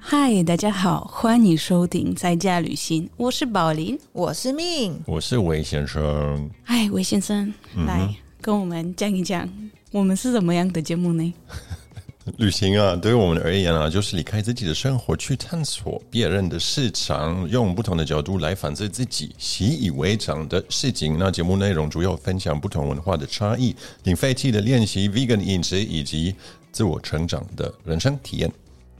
嗨，大家好，欢迎收听在家旅行，我是宝林。我是命，我是韦先生。嗨，韦先生，嗯来跟我们讲一讲，我们是怎么样的节目呢？旅行啊，对于我们而言啊，就是离开自己的生活，去探索别人的市场，用不同的角度来反思自己习以为常的事情。那节目内容主要分享不同文化的差异、零废弃的练习、vegan 饮食以及自我成长的人生体验。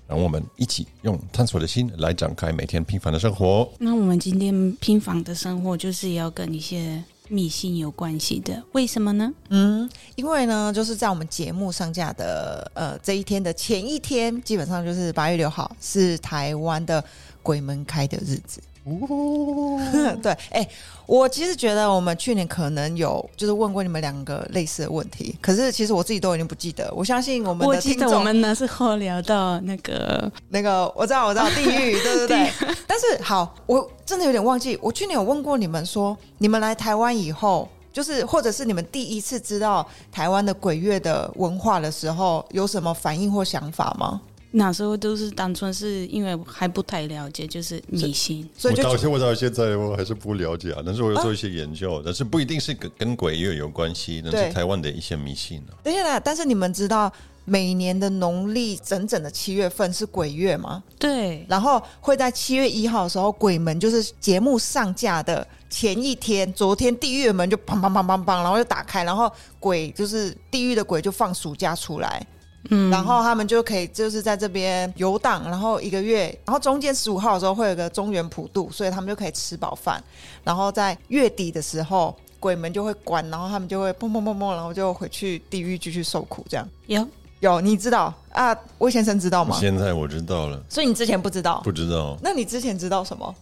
让我们一起用探索的心来展开每天平凡的生活。那我们今天平凡的生活就是要跟一些迷信有关系的，为什么呢？嗯，因为呢，就是在我们节目上架的呃这一天的前一天，基本上就是八月六号，是台湾的鬼门开的日子。 对，哎、我其实觉得我们去年可能有就是问过你们两个类似的问题，可是其实我自己都已经不记得。我相信我们我的记听得我众们那时候聊到那个，那个我知道，我知道 地狱，对对对。但是好，我真的有点忘记，我去年有问过你们说，你们来台湾以后，就是或者是你们第一次知道台湾的鬼月的文化的时候，有什么反应或想法吗？那时候都是单纯是因为还不太了解，就是迷信。所以就我到现我到现在我还是不了解啊，但是我有做一些研究，但是不一定是跟跟鬼月有关系，但对是台湾的一些迷信啊。等一下啦，但是你们知道。每年的农历整整的七月份是鬼月吗？对，然后会在七月一号的时候，鬼门就是节目上架的前一天，昨天地狱的门就砰砰砰砰砰，然后就打开，然后鬼就是地狱的鬼就放暑假出来，嗯，然后他们就可以就是在这边游荡，然后一个月，然后中间十五号的时候会有个中原普渡，所以他们就可以吃饱饭，然后在月底的时候。鬼门就会关，然后他们就会砰砰砰砰，然后就回去地狱继续受苦。这样有有你知道啊？魏先生知道吗？现在我知道了，所以你之前不知哦道不，知道那你之前知道什么？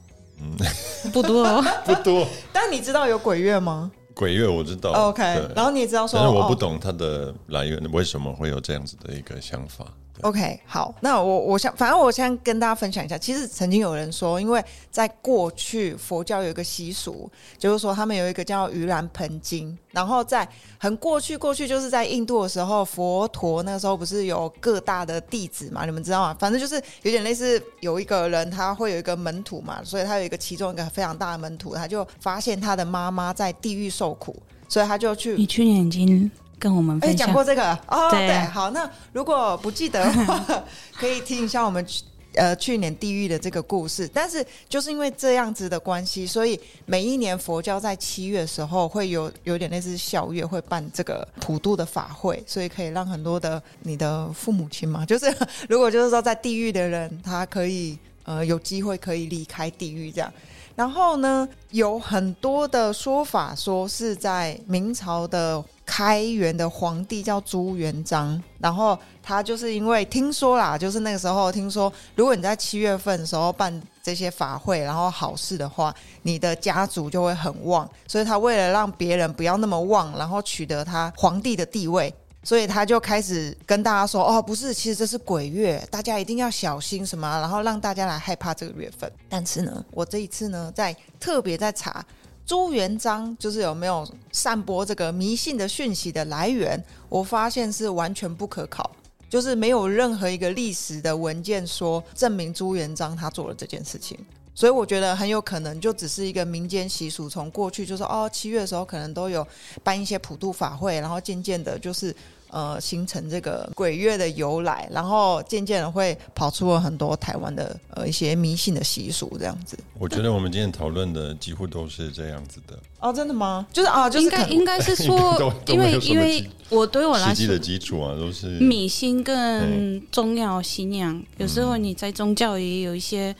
不多、哦。不多。但你知道有鬼月吗、鬼月我知道 o k 哦对然后你也知道说，但是我不哦、懂它的来源，为什么会有这样子的一个想法？对 OK，好，那我我想，反正我先跟大家分享一下。其实曾经有人说，因为在过去佛教有一个习俗，就是说他们有一个叫盂兰盆经，然后在很过去过去就是在印度的时候，佛陀那时候不是有各大的弟子嘛，你们知道吗？反正就是有点类似有一个人他会有一个门徒嘛，所以他有一个其中一个非常大的门徒，他就发现他的妈妈在地狱受苦，所以他就去 你去年已经跟我们哎，分享讲过这个哦，对对好，那如果不记得的话， 可以听一下我们去呃去年地狱的这个故事。但是就是因为这样子的关系，所以每一年佛教在七月的时候会有有点类似校月，会办这个普渡的法会，所以可以让很多的你的父母亲嘛，就是如果就是说在地狱的人，他可以呃有机会可以离开地狱这样。然后呢，有很多的说法说是在明朝的开元的皇帝叫朱元璋，然后他就是因为听说啦，就是那个时候听说，如果你在七月份的时候办这些法会，然后好事的话，你的家族就会很旺，所以他为了让别人不要那么旺，然后取得他皇帝的地位，所以他就开始跟大家说：“哦，不是，其实这是鬼月，大家一定要小心什么啊，然后让大家来害怕这个月份。”但是呢，我这一次呢，在特别在查朱元璋就是有没有散播这个迷信的讯息的来源，我发现是完全不可考，就是没有任何一个历史的文件说证明朱元璋他做了这件事情。所以我觉得很有可能就只是一个民间习俗，从过去就是哦七月的时候可能都有办一些普渡法会，然后渐渐的就是呃形成这个鬼月的由来，然后渐渐的会跑出了很多台湾的呃一些迷信的习俗这样子。我觉得我们今天讨论的几乎都是这样子的哦，真的吗？就是啊，就是应可该应该是说，都因没为有什么因为基我对我来实际说的，基础啊，都是迷信更重要信仰。嗯有时候你在宗教也有一些，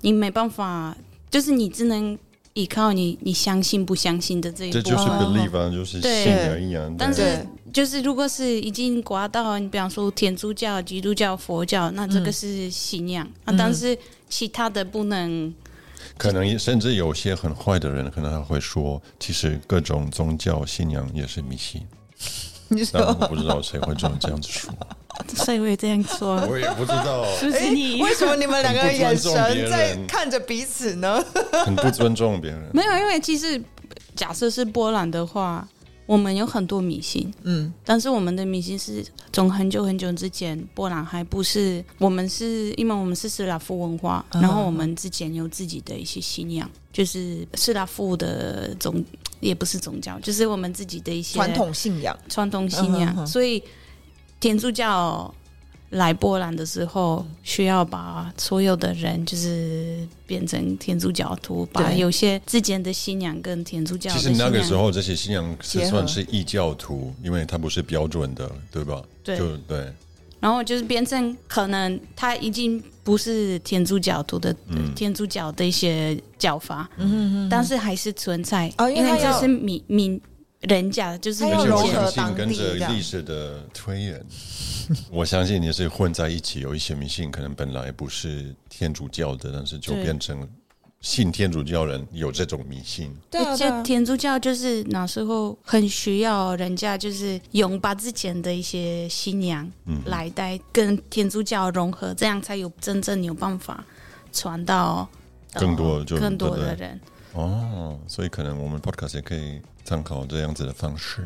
你没办法，就是你只能依靠你你相信不相信的这一这部就是分。 believe 啊，就是对信而已啊。但对是就是如果是已经刮到，你比方说天主教、基督教、佛教，那嗯这个是信仰、啊，但是其他的不能。可能甚至有些很坏的人，可能他会说，其实各种宗教信仰也是迷信。你但我说。不知道谁会这样这样子说， 谁会这样说？ 我哎也不知道，是不是诶你？为什么你们两个很不眼尊重神别人在看着彼此 呢？嗯很不尊重别人。没有，因为其实假设是波兰的话，我们有很多迷信，嗯，但是我们的迷信是从很久很久之前，波兰还不是我们是因为我们是斯拉夫文化，嗯然后我们之间有自己的一些信仰，就是斯拉夫的宗也不是宗教，就是我们自己的一些传统信仰，传统信嗯仰，哼哼所以天主教来波兰的时候，需要把所有的人就是变成天主教徒，把有些之间的信仰跟天主教其的实信那仰个时候这些信仰是结合算是异教徒，因为它不是标准的，对吧？对，就对，然后就是变成可能他已经不是天主教徒的、嗯天主教的一些教法，嗯嗯，但是还是存在，哦因因为为它这要是民民人家就是它民要而且融我间合相信跟当着地这样历史的推演，我相信也是混在一起。有一些迷信可能本来不是天主教的，但是就对变成信天主教人有这种迷信。对啊，就对啊天主教就是那时候很需要人家就是用把之前的一些信仰嗯，来带跟天主教融合，这样才有真正有办法传到、呃更多就更多对的对 人。哦，所以可能我们 podcast 也可以参考这样子的方式，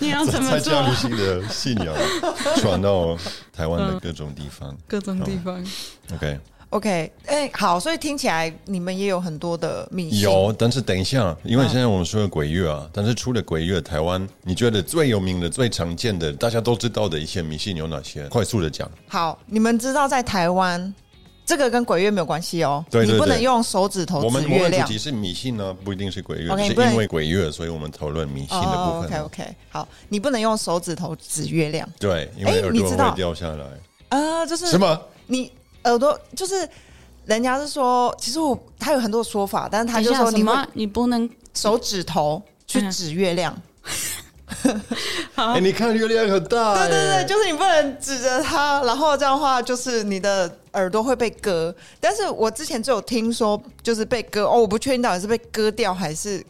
你 要怎么参做加旅？行的信仰传到台湾的各种地方。各种地方 OK， OK，哎、好，所以听起来你们也有很多的迷信，有，但是等一下，因为现在我们说的鬼月啊，但是除了鬼月，台湾你觉得最有名的、最常见的、大家都知道的一些迷信有哪些？快速的讲，好，你们知道在台湾，这个跟鬼月没有关系哦，对对你不对能用手指头我们指我月们主亮。题是迷信呢、不一定是鬼月 OK，是不然因为鬼月，所以我们讨论迷信的部哦分，OK 啊。 OK，好，你不能用手指头指月亮对，因为哎耳你朵知道会掉下来，啊、就是什么？你耳朵就是。人家是说，其实我他有很多说法，但是他等一就下说什你会么？你不能手指头去嗯指月亮，哎、你看月亮很大、哦对对哎对，就是你不能指着它，然后这样的话，就是你的耳朵会被割。但是我之前就有听说，就是被割哦，我不确定到底是被割掉还是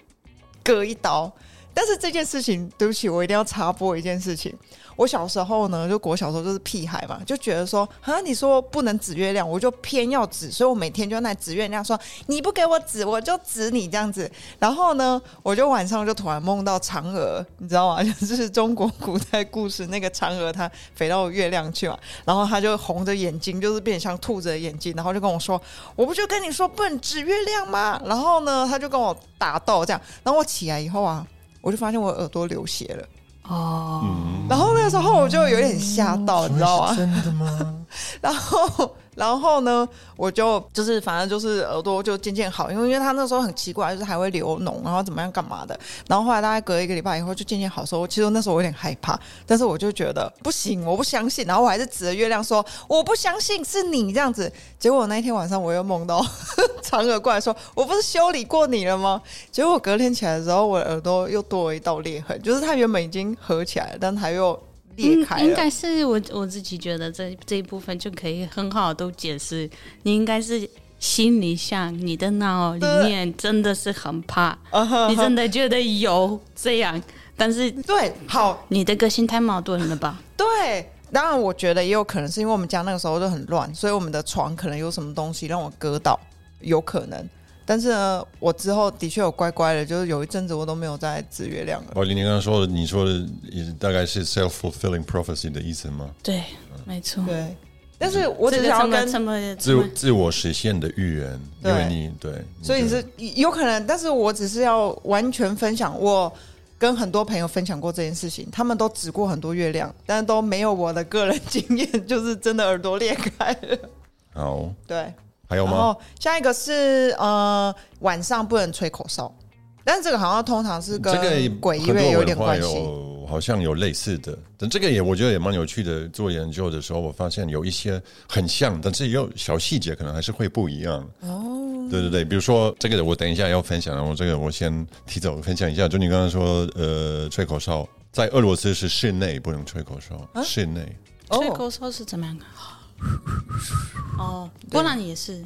割一刀。但是这件事情，对不起，我一定要插播一件事情。我小时候呢，就国小时候就是屁孩嘛，就觉得说啊，你说不能指月亮，我就偏要指，所以我每天就在那指月亮说你不给我指，我就指你这样子。然后呢，我就晚上就突然梦到嫦娥，你知道吗？ 就是中国古代故事那个嫦娥，她飞到月亮去嘛，然后她就红着眼睛，就是变得像兔子的眼睛，然后就跟我说：“我不就跟你说不能指月亮吗？”然后呢，她就跟我打斗这样。然后我起来以后啊，我就发现我耳朵流血了。哦，嗯，然后那个时候我就有点吓到，你知道吗所？以是真的吗？ 然后，然后呢，我就就是反正就是耳朵就渐渐好，因为因为他那时候很奇怪，就是还会流脓，然后怎么样干嘛的。然后后来大概隔一个礼拜以后就渐渐好的时候，其实那时候我有点害怕，但是我就觉得不行，我不相信。然后我还是指着月亮说我不相信是你这样子。结果那一天晚上我又梦到 嫦娥过来说我不是修理过你了吗？结果隔天起来的时候，我耳朵又多了一道裂痕，就是它原本已经合起来了，但它又裂应开嗯应了。该是我我自己觉得这这一部分就可以很好都解释，你应该是心里想，你的脑里对面真的是很怕，呃啊哈你真的觉得有这样，但是对，好，你的个性太矛盾了 吧？对，当然我觉得也有可能是因为我们家那个时候就很乱，所以我们的床可能有什么东西让我割到，有可能。但是呢，我之后的确有乖乖的，就是有一阵子我都没有在指月亮了。宝林，你刚刚说的，你说的也大概是 self fulfilling prophecy 的意思吗？对，没错。对，但是我只这是个想要怎么跟，怎么自怎么自我实现的预言，因嗯对为你对，所以你觉得是有可能，但是我只是要完全分享我。跟很多朋友分享过这件事情，他们都指过很多月亮，但都没有我的个人经验，就是真的耳朵裂开了。好，对，还有然吗？后下一个是呃，晚上不能吹口哨，但是这个好像通常是跟这个鬼很乐多有点文化关系。有好像有类似的，但这个也我觉得也蛮有趣的。做研究的时候，我发现有一些很像，但是也有小细节可能还是会不一样。哦，对对对，比如说这个我等一下要分享，然后这个我先提早分享一下。就你刚刚说，呃，吹口哨在俄罗斯是室内不能吹口哨，室内吹哦，口哨是怎么样？啊 哦，波兰也是，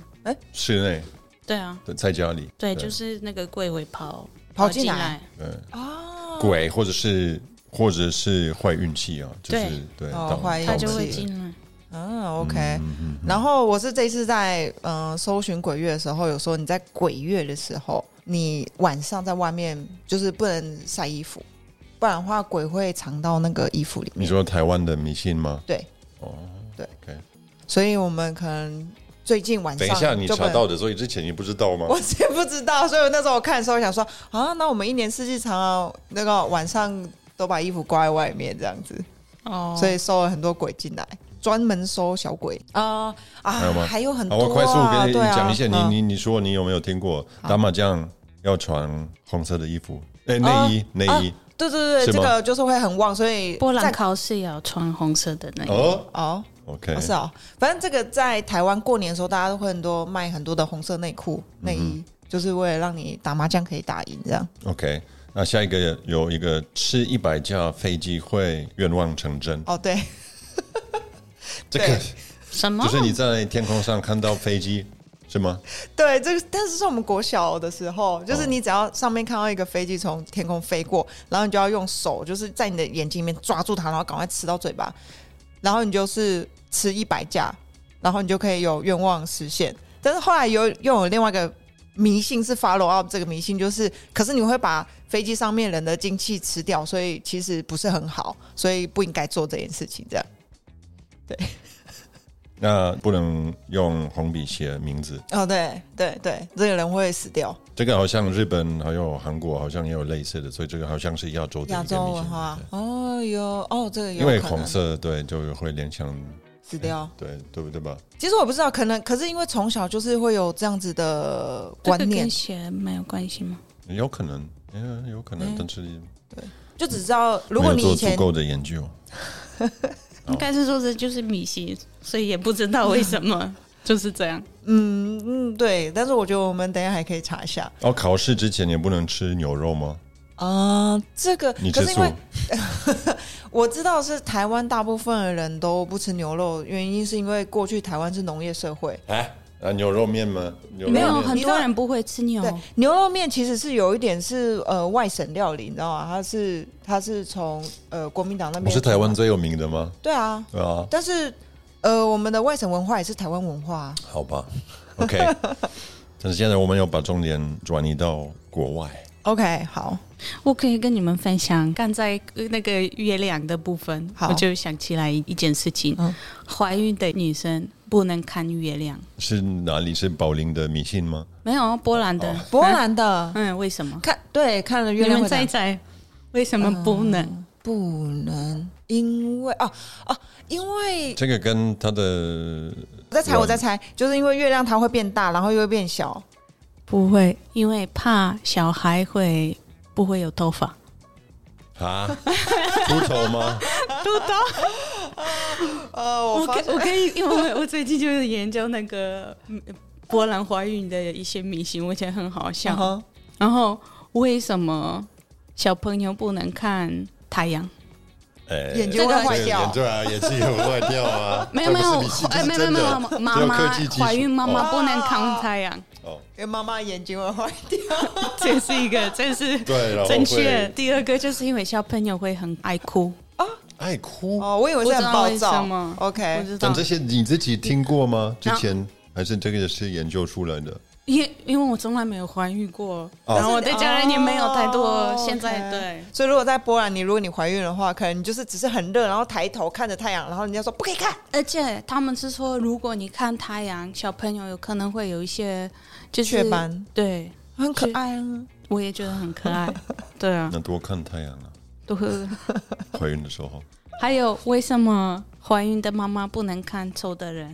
室内对啊，对在家里，对，就是那个鬼会跑跑进进来来，鬼或者是或者是坏运气啊，就是对，哦倒坏运倒他霉就我会们的进来。啊，OK。然后我是这次在嗯、呃搜寻鬼月的时候，有说你在鬼月的时候你晚上在外面就是不能晒衣服，不然的话鬼会藏到那个衣服里你面。说台湾的迷信吗？对，哦，对，OK。所以我们可能最近晚上等一下，你就不查能到的，所以之前你不知道吗？ 我真不知道，所以我那时候我看的时候想说啊，那我们一年四季常常那个晚上都把衣服挂在外面这样子，哦，所以收了很多鬼进来，专门收小鬼啊啊，还有吗还有很多、好，啊，我快速跟你对啊讲一下，嗯你你你说你有没有听过打麻将要穿红色的衣服？呃哎，内衣，内衣。对对是对，这吗个就是会很旺，所以波在兰考试也要穿红色的那个，哦哦。 ，OK，哦是哦，反正这个在台湾过年的时候，大家都会很多卖很多的红色内裤、内衣，就是为了让你打麻将可以打赢这样。 OK，那下一个有一个吃一百架飞机会愿望成真，哦，对，这个对哦什么？ 就是你在天空上看到飞机是吗？对，这个但是是我们国小的时候，就是你只要上面看到一个飞机从天空飞过，然后你就要用手，就是在你的眼睛里面抓住它，然后赶快吃到嘴巴，然后你就是吃一百架，然后你就可以有愿望实现。但是后来有又有另外一个迷信是 follow up 这个迷信，就是可是你会把飞机上面人的精气吃掉，所以其实不是很好，所以不应该做这件事情。这样那不能用红笔写名字，哦，对对对，这个人会死掉。这个好像日本还有韩国好像也有类似的，所以这个好像是亚洲的亚一个洲迷文信，化对哦，有哦，这个有因为可能红色对就会联想死掉。对对不对吧？其实我不知道，可能可是因为从小就是会有这样子的这观个念跟，血没有关系吗？有可能，嗯，有可能，嗯但是就只知道如果没有你以做足前够的研究。应该是说这就是迷信，所以也不知道为什么 就是这样。嗯嗯对，但是我觉得我们等一下还可以查一下哦，考试之前也不能吃牛肉吗？啊、这个你可吃是因素为 我知道是台湾大部分的人都不吃牛肉，原因是因为过去台湾是农业社会，哎啊，牛肉面吗？牛肉没有，面。很多人不会吃牛。对，牛肉面其实是有一点是呃外省料理，你知道吗？它是它是从呃国民党那不边是台湾最有名的吗？对啊，对啊，但是呃我们的外省文化也是台湾文化、啊。好吧，OK。但是现在我们要把重点转移到国外， OK，好，我可以跟你们分享，刚在呃那个月亮的部分，好我就想起来一件事情：嗯怀孕的女生不能看月亮。是哪里？是宝林的迷信吗？没有波兰的，波啊兰的、嗯，为什么？看对看了月你亮们会猜一长猜，为什么不能？不能，因为哦哦，因为这个跟他的我在猜我在猜，就是因为月亮它会变大，然后又会变小。不会，因为怕小孩会不会有头发？啊 秃头吗？秃头。呃，我可我可以，因为我我最近就是研究那个嗯波兰怀孕的一些迷信，我觉得很好笑。嗯哼然后为什么小朋友不能看太阳？哎眼睛会坏掉对啊，眼睛也会坏掉啊 没有没有这不是迷信，哎，没有没有没有，妈只有妈科技技术怀孕妈妈哦不能看太阳，哦，因为妈妈眼睛会坏掉。这是一个，这是对，然后正确。会第二个就是因为小朋友会很爱哭，爱哭。哦，我以为是很不暴知道为什躁么。不 OK，知但道这。些你自己听过吗？之那前还是这个也是研究出来的？因因为我从来没有怀孕过，哦然后我对家人也没有太多哦。现在 OK 对，所以如果在波兰，你如果你怀孕的话，可能你就是只是很热，然后抬头看着太阳，然后人家说不可以看。而且他们是说，如果你看太阳，小朋友有可能会有一些就是雀斑对，很可是爱啊！我也觉得很可 爱。对啊，那多看太阳啊，都会。怀孕的时哦候。还有为什么怀孕的妈妈不能看丑的人、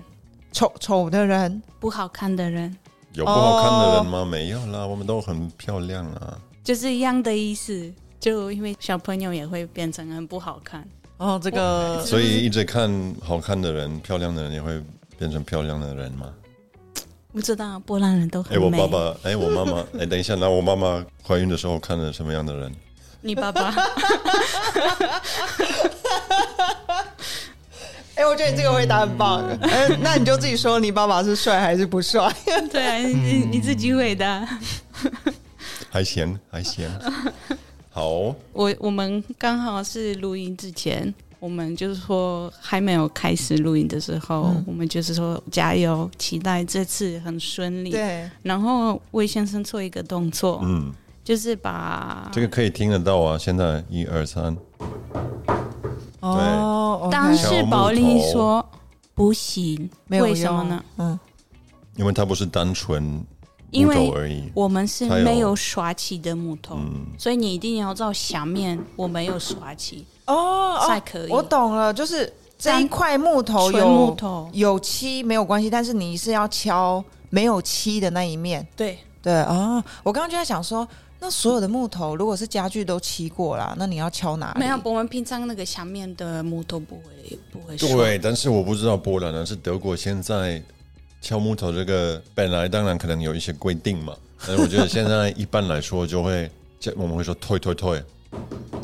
丑丑的人不好看的人，有不好看的人吗？没有啦，我们都很漂亮啊。就是一样的意思。就因为小朋友也会变成很不好看，哦，这嗯个所以一直看好看的人、漂亮的人也会变成漂亮的人吗？不知道波兰人都哎、很我美。爸爸，哎、我妈妈，哎、等一下，那我妈妈怀孕的时候看了什么样的人？你爸爸 哎、我觉得你这个回答很棒。嗯，那你就自己说你爸爸是帅还是不帅？对啊，你你自己啊回答。还行，还行。好，我我们刚好是录音之前，我们就是说还没有开始录音的时候，嗯我们就是说加油，期待这次很顺利。 对，然后魏先生做一个动作，嗯，就是把这个可以听得到啊。现在一二三，哦，OK，当时保利小木头说不行，没有为什么用呢？？嗯，因为它不是单纯因木为哦头而已，我们是还有没有刷漆的木头，嗯，所以你一定要照下面我没有刷漆哦，才哦，可以。我懂了，就是这一块木头纯有木头，有漆没有关系，但是你是要敲没有漆的那一面。对，对啊、哦，我刚刚就在想说，那所有的木头如果是家具都漆过啦，那你要敲哪里？没有。我们平常那个下面的木头不会不会刷。对。但是我不知道波兰呢，啊是德国现在敲木头这个本来当然可能有一些规定嘛， 但是我觉得现在一般来说就会，这我们会说推推推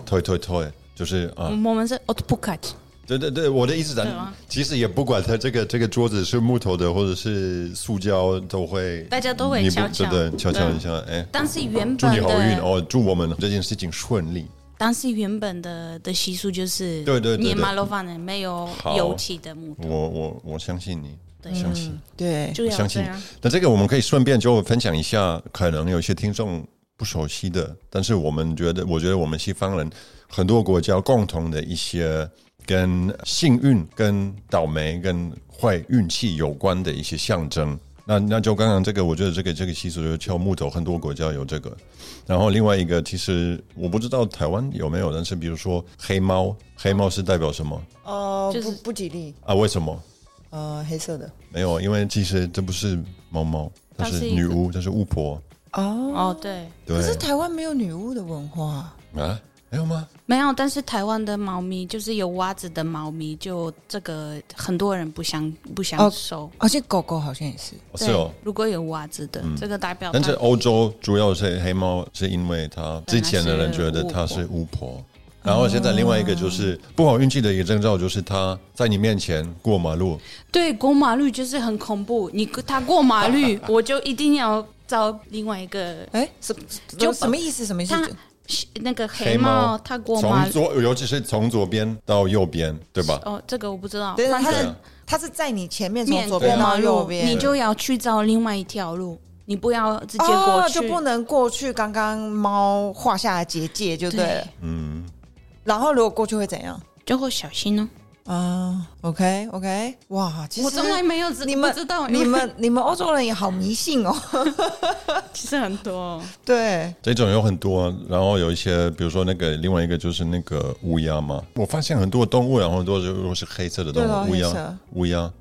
推推推，就是啊，我们是 o t p u k a 对对对，我的意思咱嗯对啊其实也不管它这个这个桌子是木头的或者是塑胶，都会大家都会你不敲嗯敲对对敲敲对一下，哎，但是原祝本你好运的，哦，祝我们这件事情顺利。但是原本的的习俗就是，对对对对你马路犯人没有好油漆的木头，我我我相信你，对相信。对，就要相这信样。那这个我们可以顺便就分享一下，可能有一些听众不熟悉的，但是我们觉得，我觉得我们西方人很多国家共同的一些跟幸运、跟倒霉、跟坏运气有关的一些象征。那那就刚刚这个，我觉得这个这个习俗就是敲木头，很多国家有这个。然后另外一个，其实我不知道台湾有没有，但是比如说黑猫，黑猫是代表什么哦、就是不不吉利，啊？为什么？呃，黑色的没有，因为其实这不是猫猫，它它是是一女个巫，它是巫婆。哦。哦，对，对可是台湾没有女巫的文化，啊，没有吗？没有。但是台湾的猫咪就是有袜子的猫咪，就这个很多人不想不哦想收。而且狗狗好像也是。是对，哦，嗯如果有袜子的，这个代表它但是欧洲主要是黑猫，是因为它之前的人觉得它是巫婆。哦然后现在另外一个就是不好运气的一个征兆，就是它在你面前过马路，对过马路就是很恐怖。你他过马 路，我就一定要找另外一个哎，什就就什么意思？什么意思它？那个黑黑猫猫，他过马从路。左，尤其是从左边到右边，对吧？哦，这个我不知道。对，它反是正啊它是在你前面从面左过边马到右路，边，你就要去找另外一条路，你不要直接哦过就去。不能过去刚刚猫画下的结界就对了。对嗯，然后如果过去会怎样？就会小心哦。啊、o k OK，哇，其实我从来没有知你们不知道，因为你们你们欧洲人也好迷信 哦。其实很多。对，这种有很多，然后有一些，比如说那个另外一个就是那个乌鸦嘛，我发现很多动物，然后很多如果是黑色的动对啊物，乌黑色鸦，乌鸦。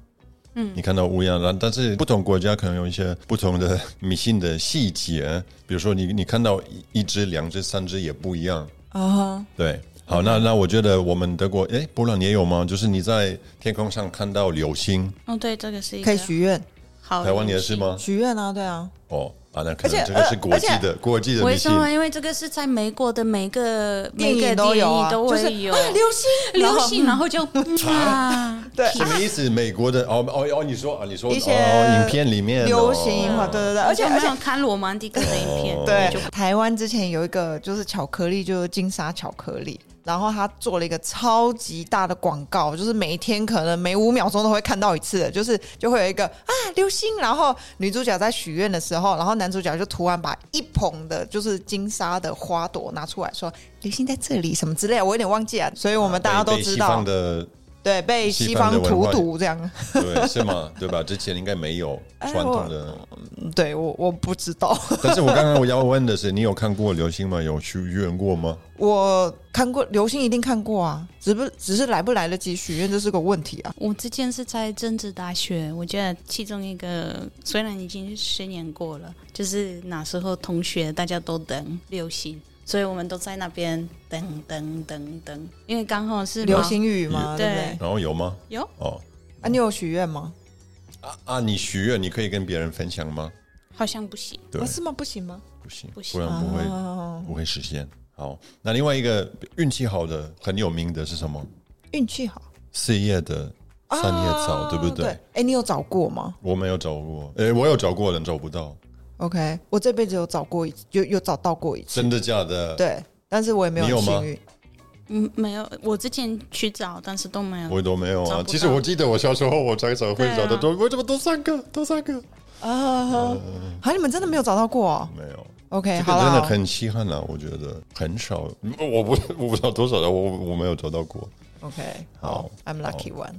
嗯，你看到乌鸦，然但是不同国家可能有一些不同的迷信的细节，比如说你你看到一一只、两只、三只也不一样。 啊、对，好，那那我觉得我们德国，诶，波兰也有吗？就是你在天空上看到流星， 哦，对，这个是一个可以许愿，好的台湾也东西是？吗？许愿啊，对啊，哦，啊，那可哦而且能这个呃是国际而且的国际的迷为什信。么？因为这个是在美国的每个每电个影都电有啊，影都就是会有啊，流星，流然后行，然后就啊， 对什么意思？美国的哦哦哦，你说啊，你说一些哦，影片里面流行嘛，哦对对对，而而且且而没有且。看罗曼蒂克的影片，对，台湾之前有一个就是巧克力，就是金沙巧克力，然后他做了一个超级大的广告，就是每天可能每五秒钟都会看到一次的，就是就会有一个啊流星，然后女主角在许愿的时候，然后男主角就突然把一捧的就是金沙的花朵拿出来说流星在这里什么之类的，我有点忘记了，所以我们大家都被知西方道，的对，被西西方方的文荼化毒这样，对是吗？ 对吧？之前应该没有传统的，嗯对我哎我不知道。但是我刚刚我要问的是，你有看过流星吗？有许愿过吗？我看过流星，一定看过啊，只不只是来不来得及许愿，这是个问题啊。我之前是在政治大学，我觉得其中一个虽然已经十年过了，就是那时候同学大家都等流行，所以我们都在那边等等等等，因为刚好是流星雨嘛，对对不对？然后有吗？有哦啊，你有许愿吗？啊啊！你许愿，你可以跟别人分享吗？好像不行，对啊，，是吗？不行吗？不行，不不行然不会哦不会实现。好，那另外一个运气好的很有名的是什么？运气好，四叶的三叶草，啊对不对？对哎？、你有找过吗我没有找过，诶，我有找过，但找不到， ？OK，我这辈子有找过一，有有找到过一次，真的假的？对，但是我也没你有很吗幸运。嗯，没有，我之前去找，但是都没有。我都没有找啊不。到其实我记得我小时候，我常常会对啊找的都，为什么都三个，都三个？啊，啊，你们真的没有找到过哦没有， ？OK，呃这好个真了的，很稀罕了、我觉得很少，嗯我不 我不知道多少人，我我没有找到过。好 OK，好好，I'm lucky one。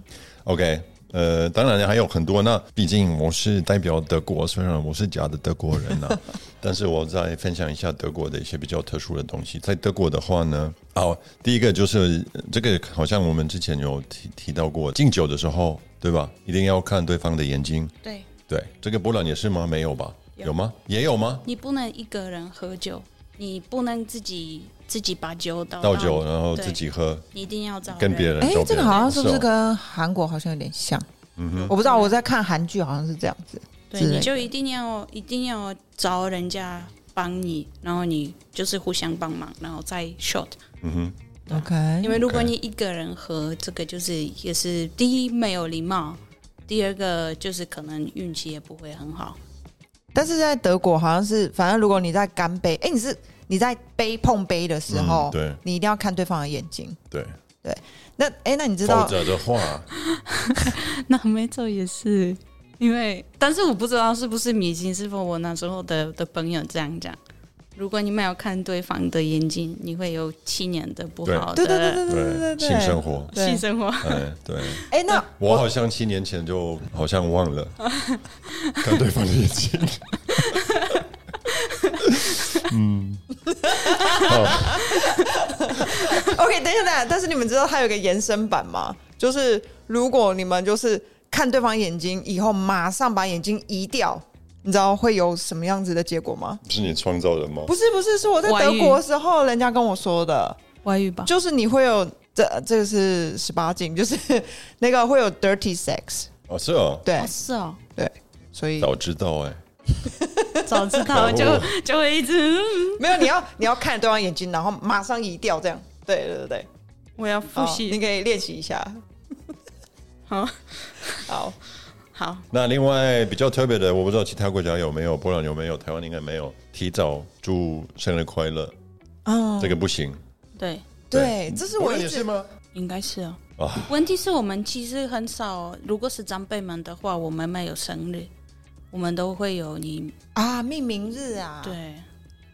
OK，呃，当然还有很多。那毕竟我是代表德国，虽然我是假的德国人 呐、但是我再分享一下德国的一些比较特殊的东西。在德国的话呢，好，第一个就是呃这个，好像我们之前有提提到过，敬酒的时候，对吧？一定要看对方的眼睛。对对，这个波兰也是吗？没有吧？有吗？也有吗？你不能一个人喝酒，你不能自己自己把酒倒倒到酒你然后对自己喝，你一定要找跟别人哎照片。，这个好像是不是哦跟韩国好像有点像？嗯我不知道，我在看韩剧好像是这样子。对，之类你的就一定要一定要找人家帮你，然后你就是互相帮忙，然后再 shot。嗯哼。 OK，因为如果你一个人喝，这个就是也是第一没有礼貌，第二个就是可能运气也不会很好。但是在德国好像是，反正如果你在干杯，哎、你是你在杯碰杯的时候嗯，对你一定要看对方的眼睛。对，那哎、那你知否道则的话， 那没错，也是因为，但是我不知道是不是迷信，是否我那时候的的朋友这样讲。如果你没有看对方的眼睛，你会有七年的不好的对对 对对对对对对性对 生。活，对性生活。哎，对。哎、那我好像七年前就好像 忘了看对方的眼睛。 OK，等一下，等一下。但是你们知道它有个延伸版吗？就是如果你们就是看对方眼睛以后，马上把眼睛移掉，你知道会有什么样子的结果吗？是你创造人吗？不是，不是，是我在外德遇国的时候，人家跟我说的。外遇吧？就是你会有这这个是十八禁，就是那个会有 dirty sex，哦，是哦，对哦，是哦，对，所以早知道哎、早知道就就会一直，嗯 没有你要你要看对方眼睛，然后马上移掉这样。对对对对，我要复哦你习。可以练习一下。好好，好，那另外比较特别的，我不知道其他国家有没有，波兰有没有，台湾应该没有。提早祝生日快乐，嗯，哦这个不行。对，对，这是波我兰一也是直吗？应该是哦。啊，问题是我们其实很少，如果是长辈们的话，我们没有生日，我们都会有你啊命名日啊，对。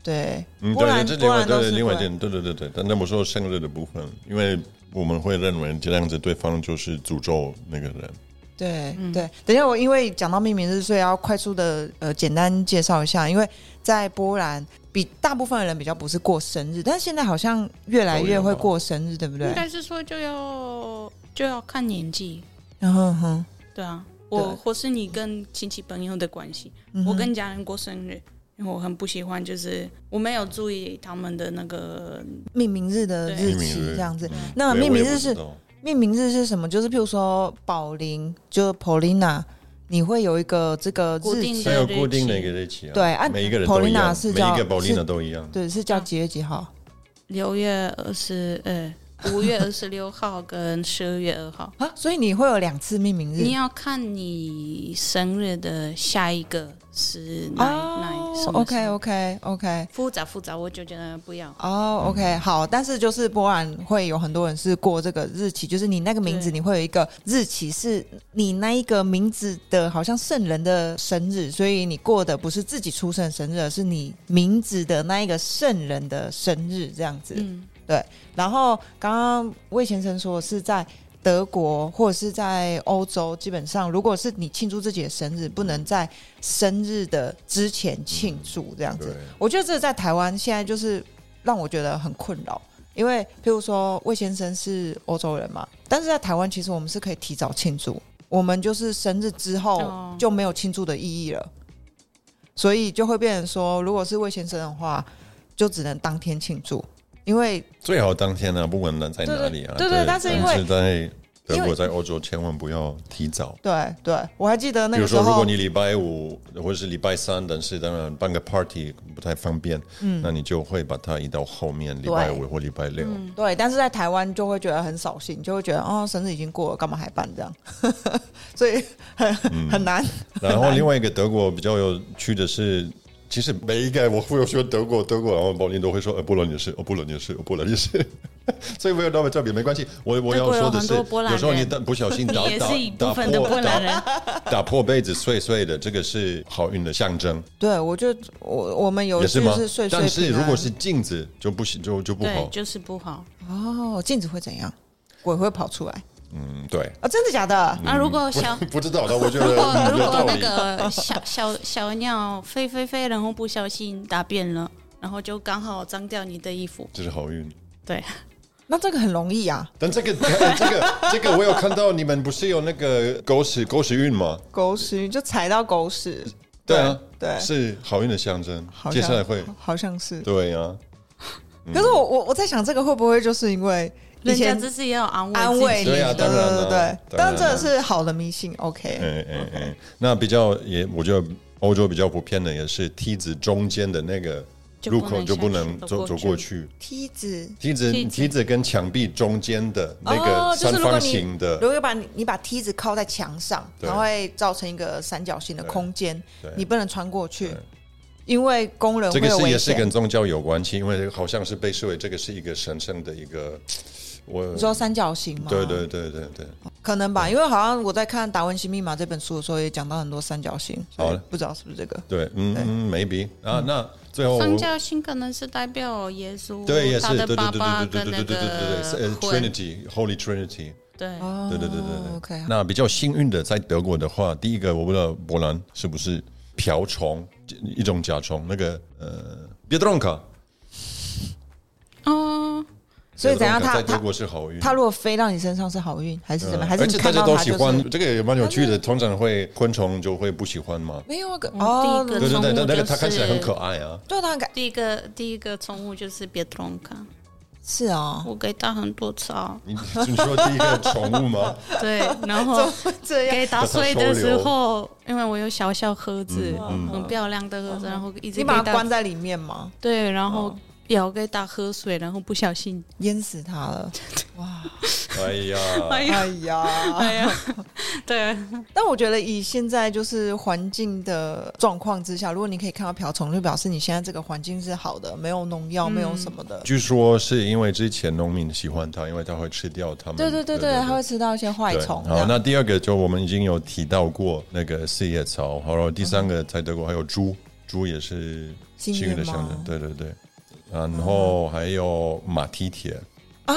对嗯，波对兰对，这波另外兰都对是另外一会点，对对对对。但那我说生日的部分，因为我们会认为这样子对方就是诅咒那个人。对嗯对，等一下我因为讲到命名日，所以要快速的呃简单介绍一下，因为在波兰比大部分人比较不是过生日，但是现在好像越来都越有会啊过生日，对不对应？该是说就要就要看年纪，然后嗯哼，对啊，对我或是你跟亲戚朋友的关系，嗯我哼跟家人过生日，因为我很不喜欢，就是我没有注意他们的那个，命名日的对日命期名日这样子。嗯那对命名我也日不是知道命名日是什么？就是譬如说宝林，就是 Paulina，你会有一个这个固日定期还的，有固定的一个日期啊，对啊每一个人都一 Paulina 样，是每一叫个 Paulina 是都一样，对，是啊叫几月几号？六月二十呃五月二十六号跟十二月二号，啊，所以你会有两次命名你日。要看你生日的下一个是哪、啊哪什么时候哦 OK OK OK，复杂复杂，我就觉得不要。哦、o 嗯 k 好，但是就是波兰会有很多人是过这个日期，就是你那个名字，对你会有一个日期，是你那一个名字的好像圣人的生日，所以你过的不是自己出生的生日，而是你名字的那一个圣人的生日这样子。嗯，然后刚刚魏先生说是在德国或者是在欧洲，基本上如果是你庆祝自己的生日，不能在生日的之前庆祝这样子对。，我觉得这在台湾现在就是让我觉得很困扰，因为譬如说魏先生是欧洲人嘛，但是在台湾其实我们是可以提早庆祝，我们就是生日之后哦就没有庆祝的意义了，所以就会变成说，如果是魏先生的话，就只能当天庆祝，因为最好当天啊，不管在哪里啊，对对对但是因为但是在德国在欧洲千万不要提早。对对，我还记得那比个如时说，如候果你礼拜五或者是礼拜三，但是当然办个 party 不太方便，嗯，那你就会把它移到后面礼拜五或礼拜六。嗯对，但是在台湾就会觉得很扫兴，就会觉得哦，生日已经过了，干嘛还办这样？ 所以很很难。嗯然后另外一个德国比较有趣的是，其实每一个我会说德国，德国，然后柏林都会说，呃，波兰也是，呃，波兰也是，呃，波兰也是，所以没有那么特别，没关系。我我德要国有说的很是，多波兰有时候你人打不小心你打也打是一部打分的波破兰人打，打破杯子碎碎的，这个是好运的象征，对，我就我我们有也一是句吗？是岁岁但是平如安果是镜子就不行，就就不对好，。就是不好。哦，镜子会怎样？鬼会跑出来啊、嗯，对，真的假的？啊，如果小嗯不知道，但我觉如得果如有果道那理。个小小小鸟飞飞飞，然后不小心打遍了，然后就刚好脏掉你的衣服，这是好运，对，那这个很容易啊，但这个这个这个我有看到，你们不是有那个狗屎狗屎运吗？狗屎就踩到狗屎，对啊，对，是好运的象征。好接像下来会，好像是。对啊，可是我我我在想，这个会不会就是因为以人家前只是要安慰安慰你，自己对啊对对当然啊对对，当然但啊这是好的迷信，OK，嗯嗯嗯，那比较也，我觉得欧洲比较普遍的也是梯子中间的那个就入不口能就不下去能走走过走去过去，梯子。梯子梯子梯子跟墙壁中间的那哦个就是三如果方你形的，如果把你你把梯子靠在墙上，对它会造成一个三角形的空间对，你不能穿过去对，因为工人会这个有是危也是险。跟宗教有关系，因为好像是被视为这个是一个神圣的一个，我你说三角形吗？对对对对对，可能吧，因为好像我在看《达文西密码》这本书的时候，也讲到很多三角形，所以好的不知道是不是这个。对，嗯嗯，maybe 啊，那最后上我教星可能是代表耶稣，对也是他对的对对爸对爸对对跟对那对对对对，个呃魂， ，Trinity Holy Trinity，对，哦对对对对对 OK，好那比较幸运的，在德国的话，第一个我不知道波兰是不是瓢虫一种甲虫，那个呃 b i e d r o n k a 哦，所以怎样？他在德他国是好运。呃他如果飞到你身上是好运，还是怎么样？还是而你且大看家到都他喜就欢是这个也蛮有趣的，通常会昆虫就会不喜欢嘛。没有啊？个嗯哦，第一对对对，宠物但那个就它看起来很是可爱啊。对，他感第一个第一个宠物就是别动卡，是哦，我给它很多 草，你你说第一个宠物吗？对，然后这样给打碎的时候，因为我有小小盒子，嗯嗯很漂亮的盒子，然后一直你把给它它关在哦里面吗？对，然后要给它喝水，然后不小心，淹死它了！哎呀， 哎呀哎呀，哎呀， 对，但我觉得以现在就是环境的状况之下，如果你可以看到瓢虫，就表示你现在这个环境是好的，没有农药，嗯没有什么的。据说是因为之前农民喜欢它，因为它会吃掉它们。对对对对，它会吃到一些坏对虫。好，那第二个就我们已经有提到过那个四叶草，然后第三个在德国还有猪，猪也是幸运的象幸运征。吗对对对，然后还有马蹄铁，哦，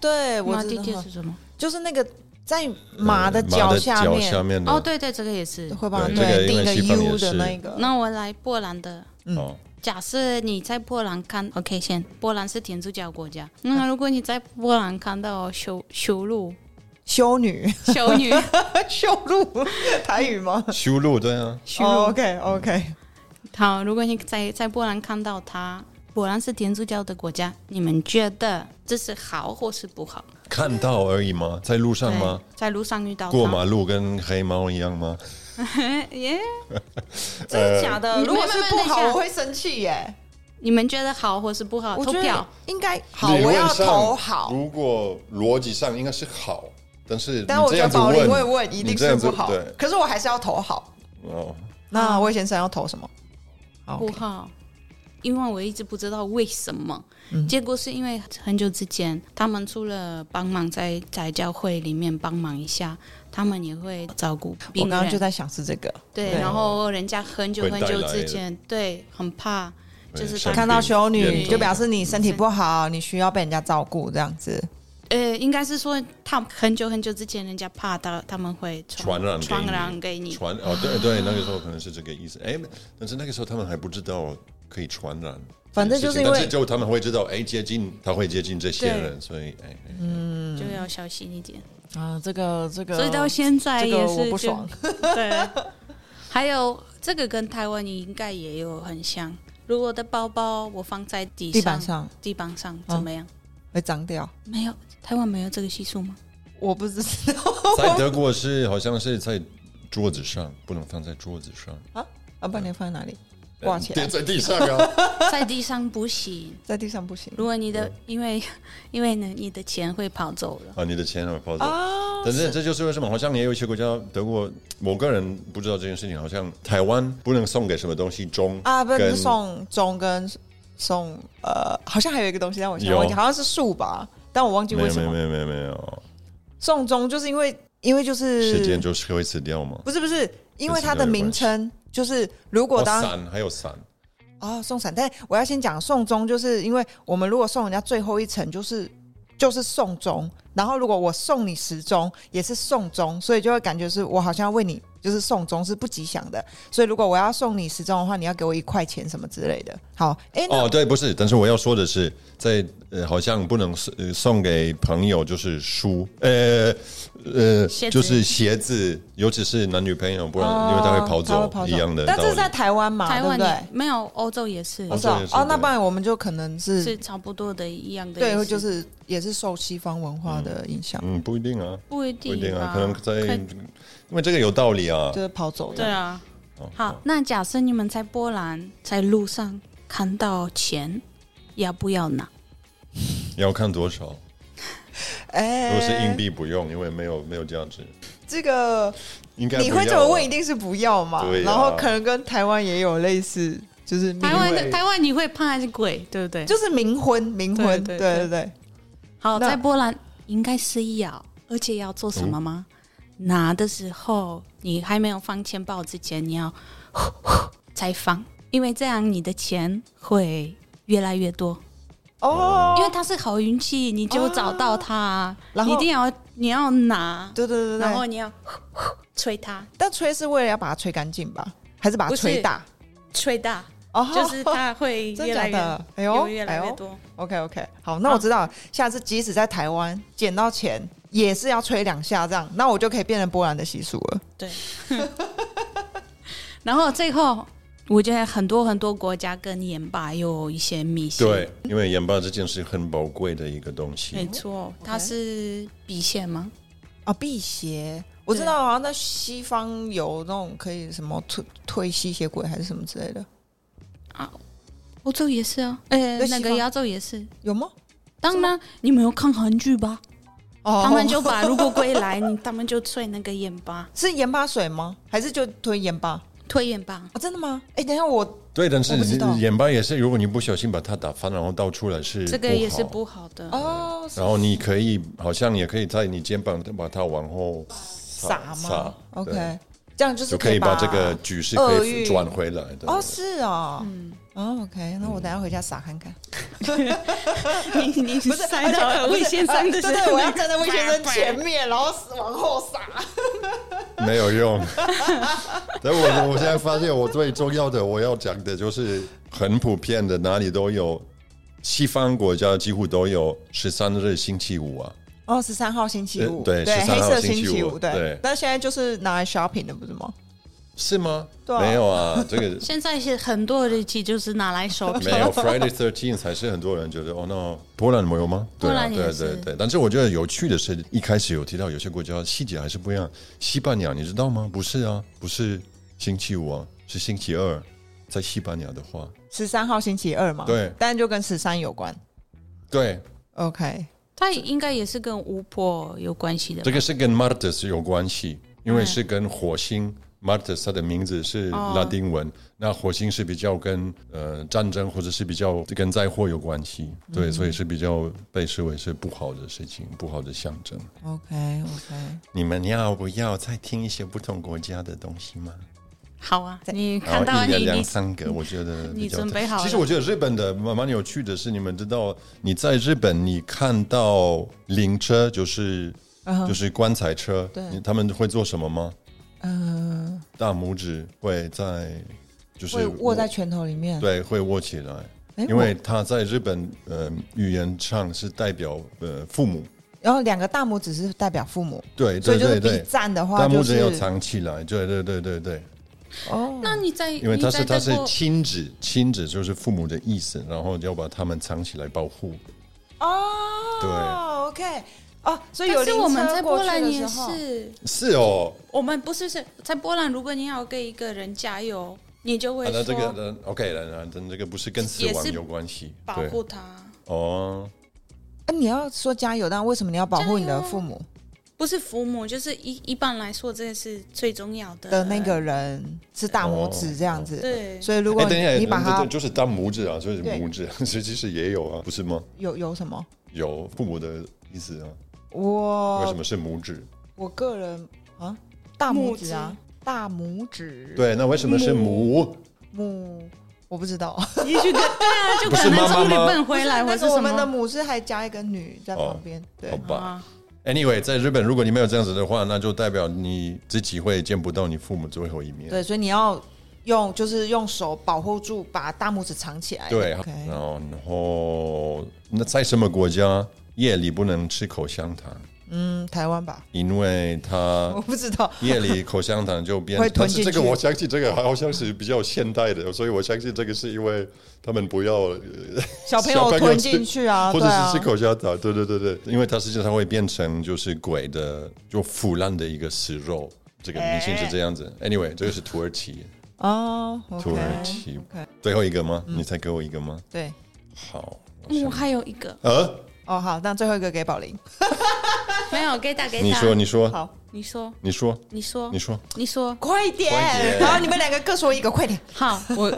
对，我马知蒂道，铁是什么？就是那个在马的呃脚下下面，面的哦，对对，这个也是。会帮对你这个因定为一个西方也 U 的是那个。那我来波兰的。嗯哦，假设你在波兰看，OK，先，波兰是天主教国家。那如果你在波兰看到修修路、修女， 修女、哦修路，台语 吗？修路对啊，修路，哦，OK OK，好，如果你在在波兰看到他，波兰是天主教的国家，你们觉得这是好或是不好？看到而已吗？在路上嗯吗？对在路上遇到过他，马路跟黑猫一样吗？ 耶，呃真的假的？你如果是不好，你我会生气耶。你们觉得好或是不好？我投觉得票，应该好，理我论要上投好。如果逻辑上应该是好，但是你但我觉这得样子保龄会问，问一你定这是样子不好对，可是我还是要投好。哦，那魏先生要投什么？好不好，因为我一直不知道为什么。嗯结果是因为很久之前，他们除了帮忙在在教会里面帮忙一下，他们也会照顾我病刚刚就人。在想是这个，对，对然后人家很久会很带久来之的前，对，很怕，就是他生病看到修严女重就表示你身体不好，你需要被人家照顾这样子。呃，应该是说他很久很久之前，人家怕他他们会传传染给传你染给你，传哦，对对，那个时候可能是这个意思。哎，但是那个时候他们还不知道可以传染反这件正事情，就是因为但是就他们会知道，哎，接近他会接近这些对人，所以哎，哎嗯就要小心一点。啊，这个这个所以到现在这个也是我就不爽。 对，还有这个跟台湾你应该也有很像。如果我的包包我放在地上，地板上嗯地板上怎么样？会脏掉，没有，台湾没有这个习俗吗？ 我不知道 在德国是好像是在桌子上，不能放在桌子上，啊，半年放在哪里？挂起跌来，在地 上啊。在地上不行。在地上不行 如果你的因为因为呢，你的钱会跑走了。啊，你的钱啊，包子。啊。但是这就是为什么，好像也有一些国家，德国，我个人不知道这件事情，好像台湾不能送给什么东西钟啊，不是跟送钟跟送呃，好像还有一个东西，但我现在有忘记，好像是树吧，但我忘记没为有什没有么没有没有没有，送钟，就是因为因为就是时间就是会死掉嘛。不是不是，因为跟它时间的有名关系称就是如果哦当伞还有伞，哦，送伞，但我要先讲送钟，就是因为我们如果送人家最后一层，就是就是送钟，然后如果我送你时钟，也是送钟，所以就会感觉是我好像为你就是送钟是不吉祥的，所以如果我要送你时钟的话，你要给我一块钱什么之类的。好，哎、那哦，对，不是，但是我要说的是，在呃，好像不能送、呃、送给朋友，就是书，呃呃鞋，子就是鞋子，尤其是男女朋友，不然、哦因为他会跑他走会跑走一样的但道这是理。在台湾嘛，台湾啊对也没有，欧洲也是不对？哦是哦这也，是哦，那对不然我们就可能是是差不多的一样的意思，对，就是也是受西方文化的影响，嗯，不一定啊，不一不定一定啊吧，可能在，可因为这个有道理啊就。是跑走对的。啊。哦好，，那假设你们在波兰在路上看到钱，要不要拿？要看多少。哎如果是硬币不用，因为没有没有价值，这个应该你会不要怎么啊问？一定是不要嘛。对呀然后可能跟台湾也有类似，就是冥台湾婚台湾你会怕还是鬼，对不对？就是冥婚，冥婚，对对对对对对。好，那在波兰应该是要，而且要做什么吗？嗯拿的时候，你还没有放钱包之前，你要 才放，因为这样你的钱会越来越多，嗯因哦，为它是好运气，你就找到它，啊然你后一定要你要拿，对对对对然后对。你要 吹它，但吹是为了要把它吹干净吧？还是把它不是吹大？吹大，哦，就是它会 真越假来越的？哎呦有，越哎来越呦多。 ，OK OK，好，那我知道，下次即使在台湾捡到钱，也是要吹两下这样，那我就可以变成波兰的习俗了。然后最后，我觉得很多很多国家跟盐巴有一些迷信。对，，因为盐巴这件事很宝贵的一个东没哎西。哦错，它是笔线吗？啊，辟邪。我知对道，好像在西方有那种可以什么推推吸血鬼还是什么之类的，欧洲也是啊，呃，那西那方个亚洲也是。有吗？当然，你们有看韩剧吧？哦他 们就把如果归来，你他们就吹那个盐巴，是盐巴水吗？还是就 推盐巴？推盐巴。哦，真的吗？哎、等一下我对，但是我不知道盐巴也是，如果你不小心把它打翻，然后倒出来是这个也是好不好的，哦然后你可以好像也可以在你肩膀把它往后撒吗撒？OK，对这样就是就可以把把这个局势鳄可鱼以转回来的。哦是哦，嗯、哦 OK，那我等一下回家撒看 看。 你你不是塞到而且魏先生的身呃对上对，我要站在魏先生前面，然后往后 撒。没有用。 但我我现在发现，我最重要的我要讲的就是很普遍的，哪里都有，西方国家几乎都有十三日星期五啊。哦，十三号星期五，呃对13号黑色星期期五对对。但现在就是拿来 shopping 的，不是吗？是吗？对啊没有啊，这个现在是很多日期就是拿来 手没有 Friday Thirteen 才是很多人觉得哦，那波兰没有吗？对波啊，兰也对是对对。但是我觉得有趣的是，一开始有提到有些国家细节还是不一样。西班牙你知道吗？不是啊，不是星期五啊，是星期二。在西班牙的话，十三号星期二嘛，对但就跟十三有关。对， OK，它应该也是跟巫婆有关系的吧。这个是跟 Martes 有关系，因为是跟火星。Martes 它的名字是哦拉丁文，那火星是比较跟呃战争或者是比较跟灾祸有关系，嗯对，所以是比较被视为是不好的事情，不好的象征。 OK OK，你们要不要再听一些不同国家的东西吗？好啊，你然看后到一人你两你三个，我觉得你比较准备好了其实我觉得日本的蛮蛮有趣的是，你们知道你在日本你看到灵车就是、嗯哼就是棺材车，对你他们会做什么吗？嗯、大拇指会在就是会握在拳头里面。对会握起来，诶因为它在日本呃语言上是代表呃父母，然后两个大拇指是代表父母，对所对以就是对比对，赞的话大拇就是指要藏起来，对对对对对。哦，那你在因为它是你在它德是国亲子，亲子就是父母的意思，然后要把他们藏起来保护。哦，对，OK，哦，所以有但是灵我们车在过波去兰的也时候，是，是哦，我们不是是在波兰，如果你要给一个人加油，你就会啊、说、那这个呃 OK 了，那那这个不是跟死也亡是有关系，保对护他。哦，啊，你要说加油，但为什么你要保护你的父母？不是父母，就是一一般来说，这是最重要的的那个人是大拇指这样子。对，所以如哎，果等一下，你把那它那就是当拇指啊，就是对拇指， 其实也有啊，不是吗？有有什么，有父母的意思啊，为什我么是拇指？我个人啊，大拇指啊，大拇指，对，那为什么是母？母，我不知道，也许可对啊，就不是可能妈妈从日吗本回来 那或个是什我们的么母是还加一个女在哦旁边，对好，吧。啊， Anyway，在日本，如果你没有这样子的话，那就代表你自己会见不到你父母最后一面。对，所以你要用就是用手保护住，把大拇指藏起来。对， OK 嗯然后然后那在什么国家夜里不能吃口香糖？嗯，台湾吧，因为它我不知道。夜里口香糖就变哦 会，但吞是进这去个我相信这个好像是比较现代的，所以我相信这个是因为他们不要呃 小朋友小朋友吞吃进去啊，或对者啊是吃，口香糖，对对对对，因为它实际上会变成就是鬼的就腐烂的一个死肉，这个迷信是这样子。Anyway，这个是哎土 耳其，哦土耳，OK，其 OK 最后一个吗？你再给我一个吗？对，好，我嗯，想还有一个呃，哦好，那最后一个给宝林，没有给打给打，你说，你说，好，哦你说，你说，你说你，说，你说，快快点点，然后你们两个各说一个，快点，好，我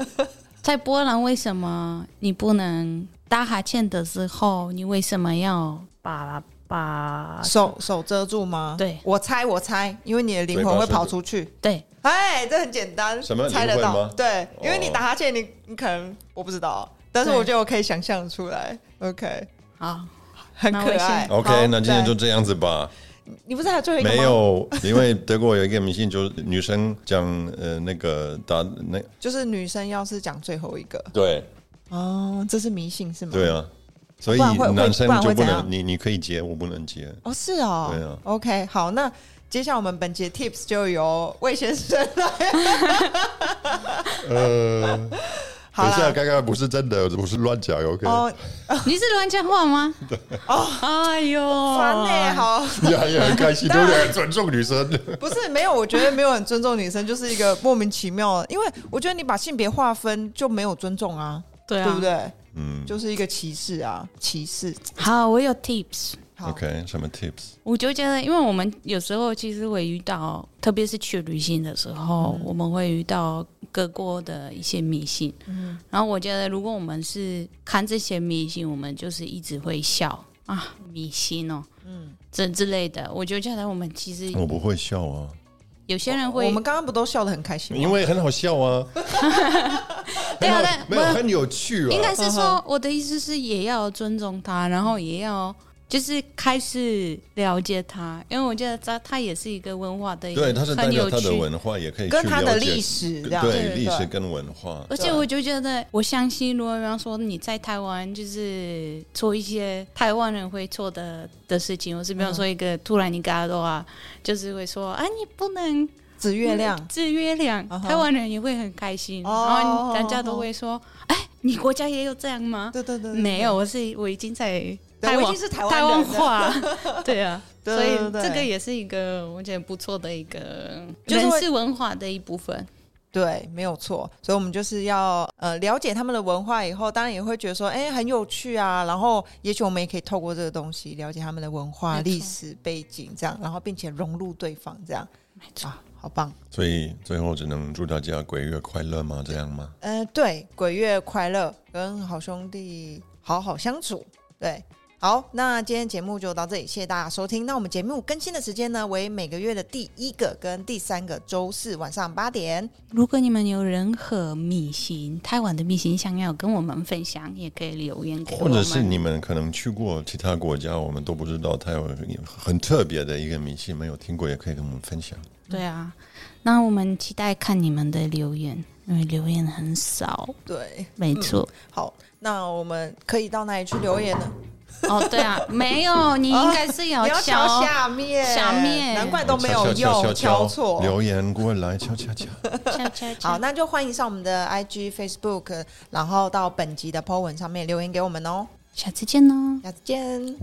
在波兰为什么你不能打哈欠的时候，你为什么要把把手手遮住吗？对我猜我猜，因为你的灵魂会跑出去。对哎，这很简单，什么猜得灵魂到吗？对，因为你哦打哈欠，你你可能我不知道，但是对我觉得我可以想象出来。OK，好很那我可先爱。好？OK，那今天对就这样子吧。你不是还有最后一个吗？没，有，因为德国有一个迷信，就是女生讲呃那个打那就是女生要是讲最后一个对哦，这是迷信是吗？对，啊，所以不然会男生不然就会不怎能，样你你可以接，我不能接。哦是哦，对啊 OK，好，那接下来我们本节 Tips 就由魏先生来。呃，好等一下，啦，刚刚不是真的，我是乱讲，OK？哦，你是乱讲话吗？哦，哎呦，烦呢、好，你还也很开 心，对不对？尊重女生，不是没有，我觉得没有很尊重女生，就是一个莫名其妙的，因为我觉得你把性别划分就没有尊重啊，对对啊不，对？嗯就是一个歧视啊，歧视。好，我有 tips。好，OK？什么 tips？我就觉得，因为我们有时候其实会遇到，特别是去旅行的时嗯候，我们会遇到各国的一些迷信。嗯，然后我觉得，如果我们是看这些迷信，我们就是一直会笑啊，迷信哦，嗯，这之类的。我就觉得，我们其实我不会笑啊，有些人我会们刚刚不都笑得很开心吗？因为很好笑啊，对啊，没有但很有趣我应啊。该是说，我的意思是也要尊重他，然后也要。就是开始了解他，因为我觉得他他也是一个文化的一个对，它是代很表有它的趣文化，也可以去跟他的了解历史这样对历史对跟文化。而且我就觉得，我相信，如果比方说你在台湾就是做一些台湾人会做的的事情，或是比方说一个突然你嘎的啊，就是会说啊，你不能指嗯月亮，吃月亮，嗯哼台湾人也会很开心，然哦后大家都会说，哎，你国家也有这样吗？对对对，对嗯没有，，我是我已经在对台我已湾经是台台湾湾人了，话， 对啊，对所以对对这个也是一个我觉得不错的一个就是人会是文化的一部分，对，没有错。所以我们就是要呃了解他们的文化以后，当然也会觉得说，哎、很有趣啊。然后也许我们也可以透过这个东西了解他们的文化、没错历史背景，这样，然后并且融入对方，这样没错。啊，好棒。所以最后只能祝大家鬼月快乐吗？这样吗？呃，对，鬼月快乐，跟好兄弟好好相处。对，好，那今天节目就到这里，谢谢大家收听。那我们节目更新的时间呢，为每个月的第一个跟第三个周四晚上八点。如果你们有任何秘辛，台湾的秘辛想要跟我们分享，也可以留言给我或们。者是你们可能去过其他国家，我们都不知道，它有很特别的一个迷信，没有听过，也可以跟我们分享。对啊，那我们期待看你们的留言，因为留言很少。对，没错，好，那我们可以到哪里去留言呢？嗯哦，对啊，没有，你应该 是要你要敲敲下面，下面难怪都没有敲敲敲用，敲错。留言过来，敲敲敲。敲敲敲好，那就欢迎上我们的 IG、Facebook，然后到本集的 po 文上面留言给我们哦。下次见喽。下次见。